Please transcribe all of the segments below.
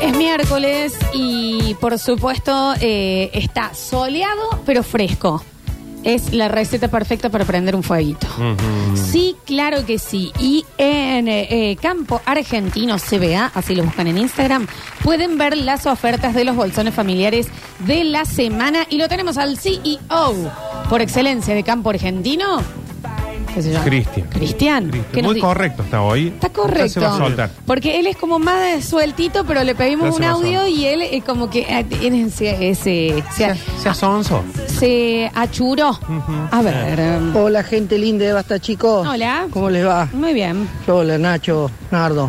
Es miércoles y por supuesto eh, está soleado pero fresco. Es la receta perfecta para prender un fueguito. Mm. Sí, claro que sí. Y en eh, eh, Campo Argentino CBA, así lo buscan en Instagram, pueden ver las ofertas de los bolsones familiares de la semana. Y lo tenemos al CEO por excelencia de Campo Argentino. ¿Qué se llama? Cristian. Cristian. Cristian, que nos Muy di- correcto está hoy. Está Ya se va a correcto. soltar. Porque él es como más sueltito, pero le Ya pedimos se un va a audio soltar. y él es como que eh, tiene ese, ese- Sea, se, sea sonso. se achuró. A ver. em, Hola gente linda de Basta chicos. Hola. ¿Cómo les va? Muy bien. Hola Nacho, Nardo.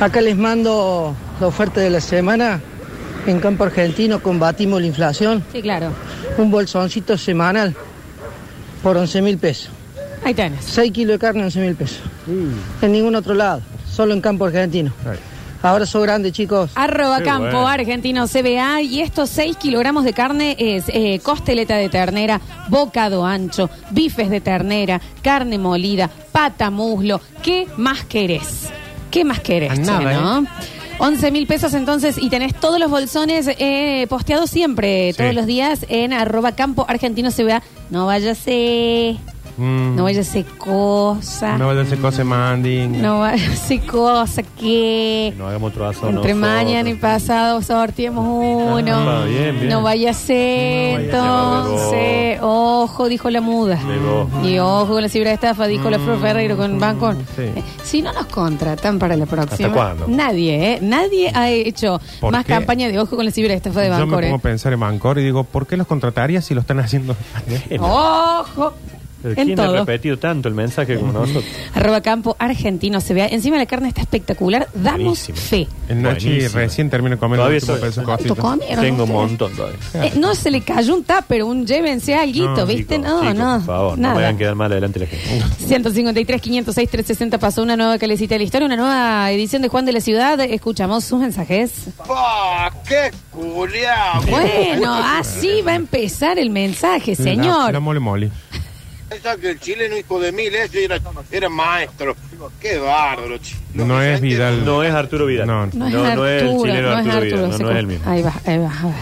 Acá les mando la oferta de la semana. En campo argentino combatimos la inflación. Sí, claro. Un bolsoncito semanal por 11 mil pesos. Ahí tenés. 6 kilos de carne, 11 mil pesos. En ningún otro lado, solo en campo argentino. Abrazo grande chicos. Arroba Qué Campo bueno. Argentino CBA y estos 6 kilogramos de carne es eh, costeleta de ternera, bocado ancho, bifes de ternera, carne molida, pata muslo. ¿Qué más querés? ¿Qué más querés? A nada, che, ¿no? 11 mil pesos entonces y tenés todos los bolsones eh, posteados siempre, Sí. todos los días en arroba campo argentino CBA. No vaya a ser, Mm. no vaya a ser cosa, No no, vaya Mm, a ser cosa manding. vaya a ser cosa que... No hagamos otro asado. Entre mañana y pasado sorteamos uno. Ah, bien, bien. No vaya a ser, entonces. Ojo, dijo la muda. Luego. Y ojo con la ciberestafa, dijo la Flor Ferreiro con Banco. sí. Eh, Si no nos contratan para la próxima. Mm, ¿Hasta cuándo? Nadie, ¿eh? Nadie ha hecho ¿Por más qué? campaña de ojo con la ciberestafa de Yo me Bancor. pongo a ¿eh? pensar en Bancor y digo, ¿por qué los contrataría si lo están haciendo? Ojo. Pero En ¿Quién ha todo. repetido tanto el mensaje como nosotros? Arroba campo argentino se vea. Encima la carne está espectacular. Damos Buenísimo. fe. El Nachi Buenísimo. recién termina de comer Todavía el último soy- pedazo de ¿Cuánto cosita. comieron Tengo un ustedes? montón todavía. Eh, no se le cayó un tupper, un llévense alguito, No, ¿viste? Chicos, no, chicos, no. Por favor, no me nada. hagan quedar mal adelante la gente. 153, 506, 360 pasó una nueva calecita de la historia, una nueva edición de Juan de la Ciudad. Escuchamos sus mensajes. ¡Pah! ¡Qué culiao! Bueno, así va a empezar el mensaje, La, la señor. mole mole. Pensaba que el chileno hijo de mil ese era, era maestro. ¡Qué bárbaro, chico! No es Vidal. No es Arturo Vidal. No, No es No, no es el Arturo, chileno no es Arturo Vidal, no, se no es el conf- mismo. Ahí va, ahí va, a ver.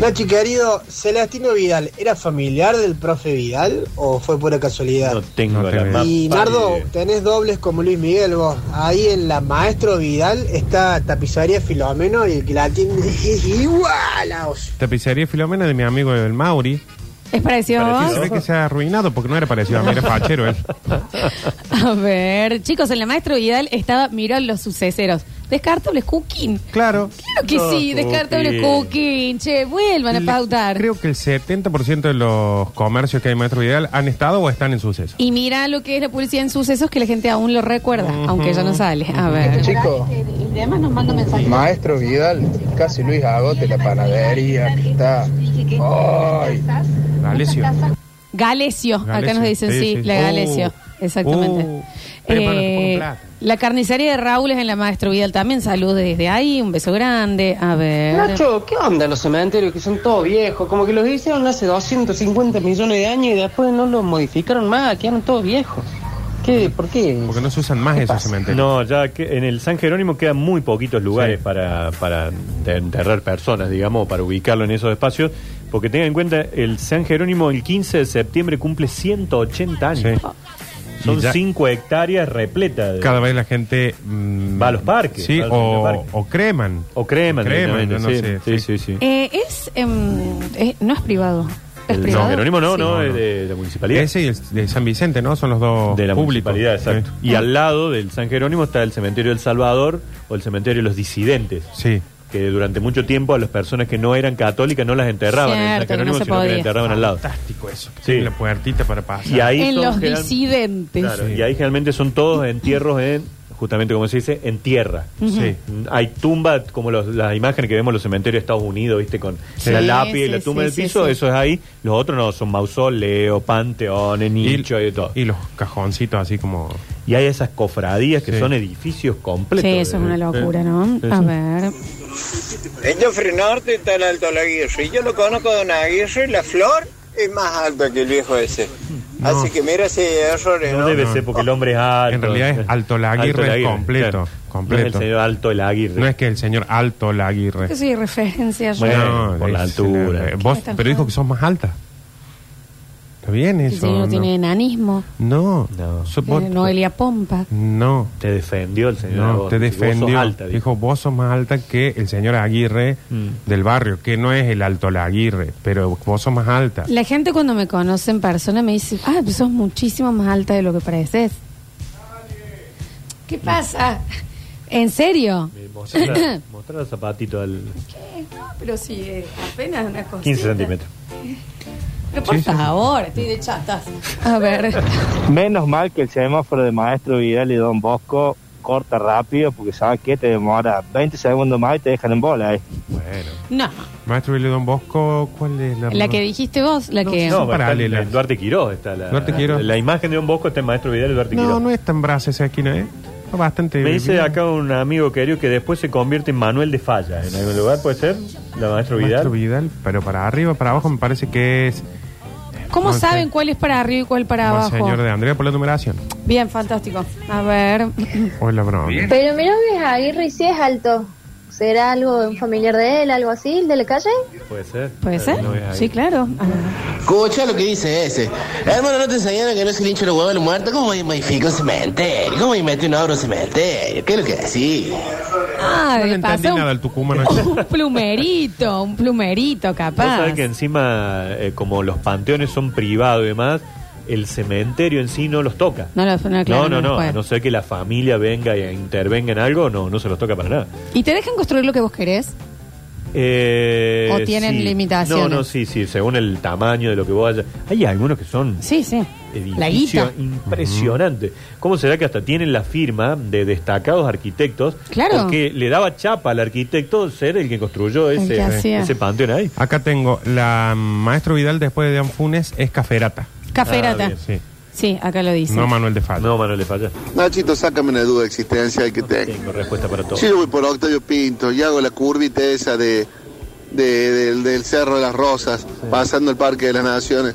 Nachi querido, ¿Celestino Vidal era familiar del profe Vidal o fue pura casualidad? No tengo No la tengo más y pálida Nardo, idea. tenés dobles como Luis Miguel vos. Ahí en la Maestro Vidal está tapizaría Filomeno y el que la atiende es igual a vos. Tapicería Filomena de mi amigo el Mauri. ¿Es parecido a Se vos? ve que se ha arruinado porque no era parecido a mí, era fachero él. A ver, chicos, en la maestro Vidal estaba, miró los suceseros. Descartables cooking. Claro. Claro que No, sí, descartables cooking. Che, vuelvan a Le- pautar. Creo que el 70% de los comercios que hay en Metro Vidal han estado o están en suceso. Y mira lo que es la publicidad en sucesos que la gente aún lo recuerda, aunque ya no sale. A ver. Chico, Y además nos manda mensajes. maestro Vidal, casi Luis Agote, la panadería que está. ¡Ay! Alesio. Galecio, acá Galecio, nos dicen sí, sí, sí. la Oh. Galecio. Exactamente. Oh. Pero para los que Eh, ponen plata. la carnicería de Raúl es en la Maestro Vidal también. Saludos desde ahí, un beso grande. A ver. Nacho, ¿qué onda los cementerios que son todos viejos? Como que los hicieron hace 250 millones de años y después no los modificaron más, quedaron todos viejos. ¿Qué? ¿Por qué? Porque no se usan más esos cementerios. No, ya que en el San Jerónimo quedan muy poquitos lugares para, para enterrar personas, digamos, para ubicarlo en esos espacios. Porque tengan en cuenta, el San Jerónimo el 15 de septiembre cumple 180 años. Y Son ya- 5 hectáreas repletas. de- Cada vez la gente mm, Va a los parques, Sí, va a los o, parques. o creman. O creman. Creman, yo no sé. directamente, sí, sí, sí, sí. Eh, es, em, eh, no es privado. ¿Es El privado? San Jerónimo no, Sí. no, es de la municipalidad. Ese y el de San Vicente, ¿no? Son los dos de la públicos. Eh, municipalidad, exacto. Sí. Y al lado del San Jerónimo está el cementerio del Salvador o el cementerio de los disidentes. Sí. que durante mucho tiempo a las personas que no eran católicas no las enterraban en Cierto, San que no Jerónimo, se sino que podía. las enterraban al lado. Fantástico eso. Sí. Sí. La puertita para pasar. Y ahí En son los general- disidentes. Claro, Sí. Y ahí generalmente son todos entierros en, justamente como se dice, en tierra. Sí. Mm, Hay tumbas, como los- las imágenes que vemos en los cementerios de Estados Unidos, ¿viste? Con Sí, la lápida y sí, la tumba sí, del sí, piso, sí. eso es ahí. Los otros no, son mausoleos, panteones, nichos y, de todo. y Y, los cajoncitos así como... hay esas cofradías que Sí. son edificios completos. Sí, eso es de- una locura, ¿no? A ver. En Jeffrey Norte está el Alto Laguirre. Yo lo conozco de una Aguirre, la flor es más alta que el viejo ese. Así que mira ese error No, debe no. ser porque el hombre es alto. En realidad es Alto Laguirre Alto Laguirre, completo. claro. No es el completo. señor Alto el Aguirre. No es que el señor Alto la Yo Aguirre. soy referencia. yo. Bueno, por la es- altura. eh, Vos, Está pero dijo bien. que sos más alta. Está bien el eso. señor ¿no? tiene enanismo. No. No. So- eh, vos- Noelia Pompa. No. Te defendió el señor No, Agorni. te Vos sos defendió. alta, dijo. dijo, vos sos más alta que el señor Aguirre Mm. del barrio, que no es el alto la Aguirre, pero vos sos más alta. La gente cuando me conoce en persona me dice, ah, pues sos muchísimo más alta de lo que pareces. ¿Qué pasa? ¿En serio? Eh, Mostrar mostrar el zapatito al Eh, no, pero sí, eh, apenas una cosa. 15 centímetros. Pero por Sí, sí. favor, estoy de chatas. A ver. Menos mal que el semáforo de Maestro Vidal y Don Bosco corta rápido porque sabes que te demora 20 segundos más y te dejan en bola. eh. ahí. Bueno. No, Maestro Billy Don Bosco, ¿cuál es la la que dijiste vos, la que... No, Son pero está en- paralelas. en Duarte Quirós está la, Duarte Quirós. la imagen de un Bosco está en Maestro Vidal y Duarte No, Quirós. no es tan brasa esa esquina, ¿eh? Está Bastante. Me dice bien. acá un amigo querido que después se convierte en Manuel de Falla. En algún lugar puede ser la Maestro Maestro Vidal. Vidal, pero para arriba, para abajo, me parece que es ¿Cómo Monse- saben cuál es para arriba y cuál para el abajo? señor de Andrea por la numeración. Bien, fantástico. A ver. O es la broma. Pero mira que Aguirre y sí es alto. ¿Será algo un familiar de él, algo así, el de la calle? Puede ser. ¿Puede Eh, Pero ser? no es ahí. sí, claro. Ah. A ver. Escucha lo que dice ese. Hermano, no te enseñaron que no es el hincho de huevo del muerto. ¿Cómo modifica un cementerio? ¿Cómo mete una obra un cementerio? ¿Qué es lo que decís? Ah, No le de entendí paso, nada al un, tucumano. un plumerito, un plumerito Vos sabés capaz. que encima, eh, como los panteones son privados y demás, el cementerio en sí no los toca. No, los- no, claro, no, no, no los no. puede. A no ser que la familia venga e intervenga en algo, no, no se los toca para nada. ¿Y te dejan construir lo que vos querés? Eh, ¿O tienen sí. limitaciones? No, no, sí, sí, según el tamaño de lo que vos hayas. Hay algunos que son Sí, sí. La edificios guita. impresionantes. ¿Cómo será que hasta tienen la firma de destacados arquitectos? Claro. Porque le daba chapa al arquitecto ser el que construyó El ese, que hacía. ese panteón ahí. Acá tengo la mm, Maestro Vidal después de Dan Funes es Caferata. Caferata. Ah, Sí. bien. sí, acá lo dice. No Manuel de Falla. No, Manuel, le falla. Nachito, sácame una duda existencial que tengo. Tengo respuesta para todo. Sí, yo voy por Octavio Pinto y hago la curvita esa de, de- del, del Cerro de las Rosas, pasando el Parque de las Naciones,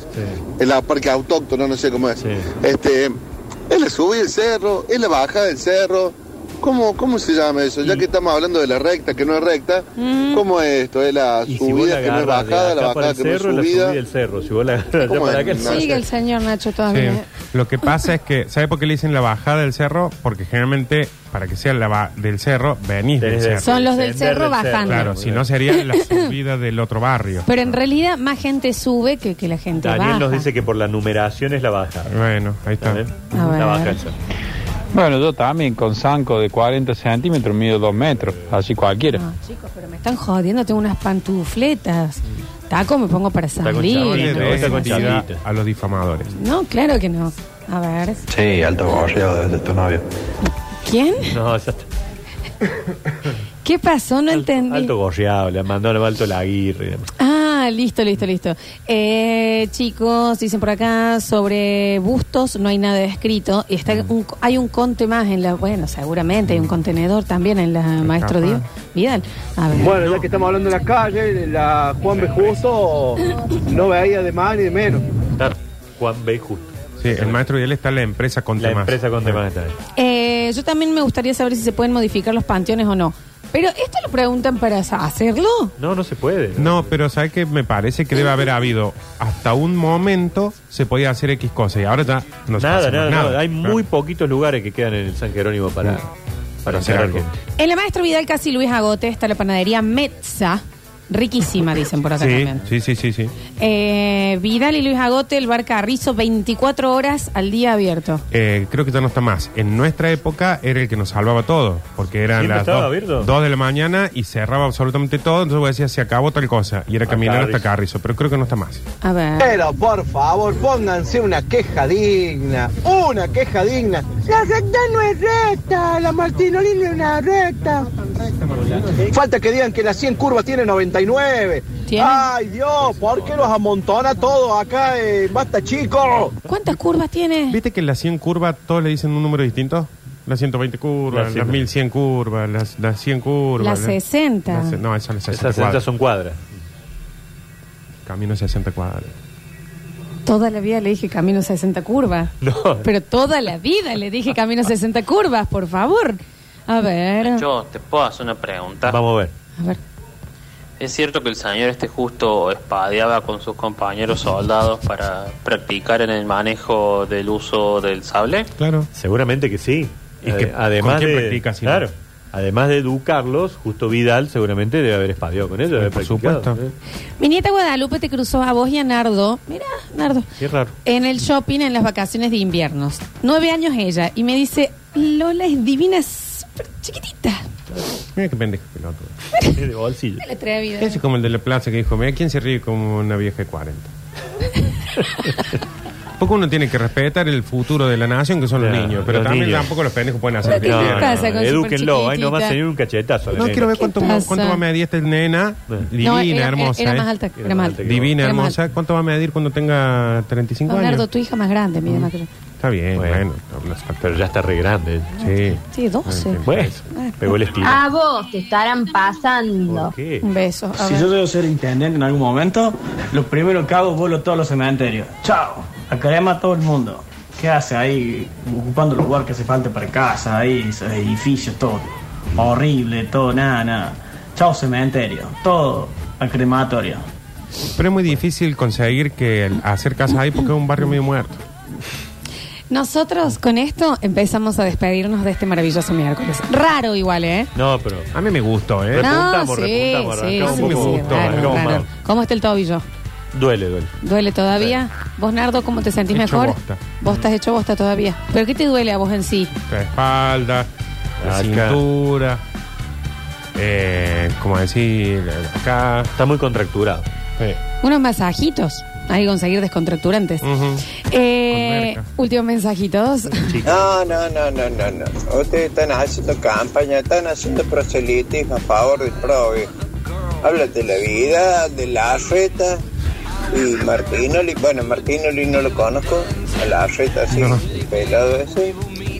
el ah, Parque Autóctono, no sé cómo es. Sí. Este, él le sube el cerro, él la baja del cerro. ¿Cómo, ¿Cómo se llama eso? Ya que estamos hablando de la recta, que no es recta, ¿cómo es esto? ¿Es la Y si vos subida la que no es agarras de bajada, la acá para bajada el que no es cerro, la subida? subida del cerro. Si vos la agarras allá ¿Cómo para es? acá, el No cerro. sé. Sigue el señor Nacho Sí. todavía. ¿eh? Lo que pasa es que, ¿sabe por qué le dicen la bajada del cerro? Porque generalmente, para que sea la ba- del cerro, venís del Tenés cerro. Son los del descender cerro bajando. Claro, Muy si bien. no sería la subida del otro barrio. Pero en realidad más gente sube que, que la gente Daniel baja. nos dice que por la numeración es la baja. Bueno, ahí está. ¿Está bien? A ver. La baja el cerro. Bueno, yo también con zanco de 40 centímetros mido 2 metros, así cualquiera. No, chicos, pero me están jodiendo, tengo unas pantufletas. Taco me pongo para con salir. chabones, no, Ponle ¿no? sé Está con si- chabones. entidad chavalita. a los difamadores. No, claro que no. A ver. Sí, alto gorreo de tu novio. ¿Quién? No, ya está. ¿Qué pasó? No entendí. Alto gorreado, le mandó al alto la aguirre. Ah, listo, listo, listo. Eh, chicos, dicen por acá sobre bustos, no hay nada escrito. Y está un- hay un conte más en la. Bueno, seguramente hay un contenedor también en la Maestro capaz. Di- Vidal. A ver. Bueno, ya que estamos hablando de la calle, de la Juan B. Justo no veía de más ni de menos. Está Juan B. Justo. Sí, el maestro Vidal está en la empresa con La temas. empresa con demás está bien. Eh, yo también me gustaría saber si se pueden modificar los panteones o no. Pero esto lo preguntan para sa- hacerlo. No, no se puede. No, pero ¿sabes qué? Me parece que debe haber habido hasta un momento se podía hacer X cosa y ahora ya no se nada, hace más nada, nada. Hay Claro. muy poquitos lugares que quedan en el San Jerónimo para, para hacer hacer algo. algo. En la Maestro Vidal, casi Luis Agote, está la panadería Metza. Riquísima, dicen por acá Sí, también. sí, sí, sí, sí. Eh, Vidal y Luis Agote, el bar Carrizo, 24 horas al día abierto. Eh, creo que ya no está más. En nuestra época era el que nos salvaba todo, porque eran ¿Siempre las estaba dos, abierto? dos de la mañana y cerraba absolutamente todo, entonces vos decías, se acabó tal cosa, y era A caminar hasta Carrizo. Carrizo, pero creo que no está más. A ver. Pero por favor, pónganse una queja digna, una queja digna. La recta no es recta, la Martinolini es una recta. Falta que digan que las 100 curvas tiene 99. ¿Tiene? Ay Dios, ¿por qué los amontona todo acá? eh? basta chico. ¿Cuántas curvas tiene? ¿Viste que en las 100 curvas todos le dicen un número distinto? Las 120 curvas, Las las, 100. 1100 curvas, las, las 100 curvas. Las 60. las- no, esas las 60 Esas sentas cuadras. son cuadras. Camino 60 cuadras. Toda la vida le dije camino 60 curvas. No. Pero toda la vida le dije camino 60 curvas, por favor. A ver. Yo te puedo hacer una pregunta. Vamos a ver. A ver. ¿Es cierto que el señor este justo espadeaba con sus compañeros soldados para practicar en el manejo del uso del sable? Claro. Seguramente que sí. Y que- Eh, además ¿con quién de, practica, si no? claro, además de educarlos, justo Vidal seguramente debe haber espadeado con ellos. debe haber por practicado. supuesto. Mi nieta Guadalupe te cruzó a vos y a Nardo. Mira, Nardo. Qué raro. En el shopping en las vacaciones de inviernos. Nueve años ella. Y me dice, Lola es divina, súper chiquitita. Mira qué pendejo pelotudo. Es ¿eh? de bolsillo. Me la atrevida. Ese es como el de la plaza que dijo, mira, ¿quién se ríe como una vieja de 40? Poco uno tiene que respetar el futuro de la nación, que son los Claro, niños, pero los también niños. tampoco los pendejos pueden hacer Pero ¿qué que- le pasa con edúquenlo, superchiquitita? ahí no va a tener un cachetazo. a la No nena. quiero ver cuánto, pasa? cuánto va a medir esta nena. Divina, No, era- era- hermosa. era ¿eh? más alta, era más alta. Divina, Era más hermosa. ¿Cuánto va a medir cuando tenga 35 Leonardo, años? tu hija más grande, mide más que yo. Está bien, bueno. Bueno, pero ya está re grande. Ah, Sí. Sí, 12. Bueno, pegó el estilo. A vos te estarán pasando. ¿Por qué? Un beso. A Si ver. yo debo ser intendente en algún momento, lo primero que hago es volo todos los cementerios. Chao, academa a todo el mundo. ¿Qué hace ahí ocupando el lugar que hace falta para casa, ahí, esos edificios, todo? Horrible, todo, nada, nada. Chao cementerio, todo al crematorio. Pero es muy difícil conseguir que el- hacer casas ahí porque es un barrio medio muerto. Nosotros con esto empezamos a despedirnos de este maravilloso miércoles. Raro igual, ¿eh? No, pero. A mí me gustó, ¿eh? Repuntamos, no, sí, repuntamos, sí, arrancamos sí, un poco, sí, gustó, raro, arrancamos raro. más. ¿Cómo está el tobillo? Duele, duele. ¿Duele todavía? ¿Vos, Nardo, cómo te sentís Hecho mejor? bosta. Vos estás hecho bosta todavía. ¿Pero qué te duele a vos en sí? La espalda, la Acá. cintura, eh, como decir, acá. Está muy contracturado. Sí. Unos masajitos. Hay que conseguir descontracturantes. Mm. Ujú. Eh, Con merca. últimos mensajitos. No, no, no, no, no, no. Ustedes están haciendo campaña, están haciendo proselitismo a favor del PROVE. Hablan de la vida, de la reta y Martinoli. Bueno, Martinoli no lo conozco, a la reta así, No. pelado ese.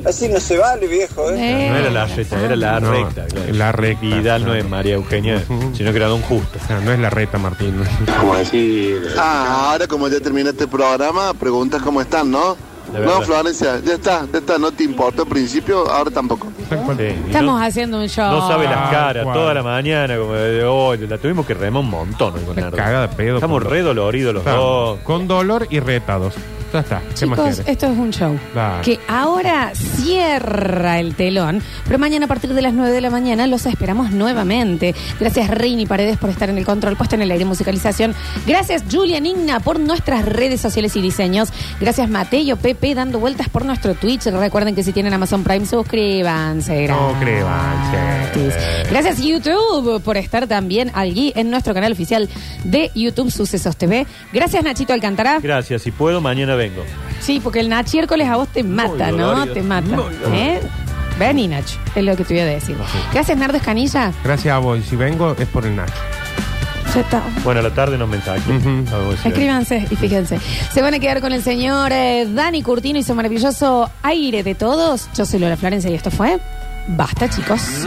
Así no se vale, viejo, ¿eh? Eh, No era la recta, era la No, recta. claro. la recta. Vidal no es María Eugenia, Ujú. sino que era Don Justo. O sea, no es la reta, Martín. Como decir. Ah, ahora como ya terminaste el programa, preguntas cómo están, ¿no? De verdad. No, Florencia, ya está, ya está, no te importó al principio, ahora tampoco. Sí, y Estamos no, haciendo un show. no sabe las Ah, caras, cuál. toda la mañana, como de hoy. La tuvimos que remar un montón hoy con Una Nardo. cagada de pedo. Estamos Con- re doloridos los Estamos dos. Con dolor y retados. Ya está. ¿Qué más Chicos, quieres? esto es un show Claro. que ahora cierra el telón, pero mañana a partir de las 9 de la mañana los esperamos nuevamente. Gracias Rini Paredes por estar en el control, puesta en el aire musicalización. Gracias Julian Igna por nuestras redes sociales y diseños. Gracias Mateo Pepe dando vueltas por nuestro Twitch. Recuerden que si tienen Amazon Prime, suscríbanse. Oh, Suscríbanse. Gracias YouTube por estar también allí en nuestro canal oficial de YouTube Sucesos TV. Gracias Nachito Alcantará. Gracias, si puedo, mañana vengo. Sí, porque el nachiércoles a vos te mata, ¿no? dolorido. Te mata. ¿Eh? Vení, Nacho, es lo que te voy a decir. Gracias, Nardo Escanilla. Gracias a vos. Y si vengo, es por el Nacho. Ya está. Bueno, a la tarde nos mensajes. Ujú. Vamos a decir. Escríbanse y fíjense. Se van a quedar con el señor eh, Dani Curtino y su maravilloso aire de todos. Yo soy Lola Florencia y esto fue Basta, chicos.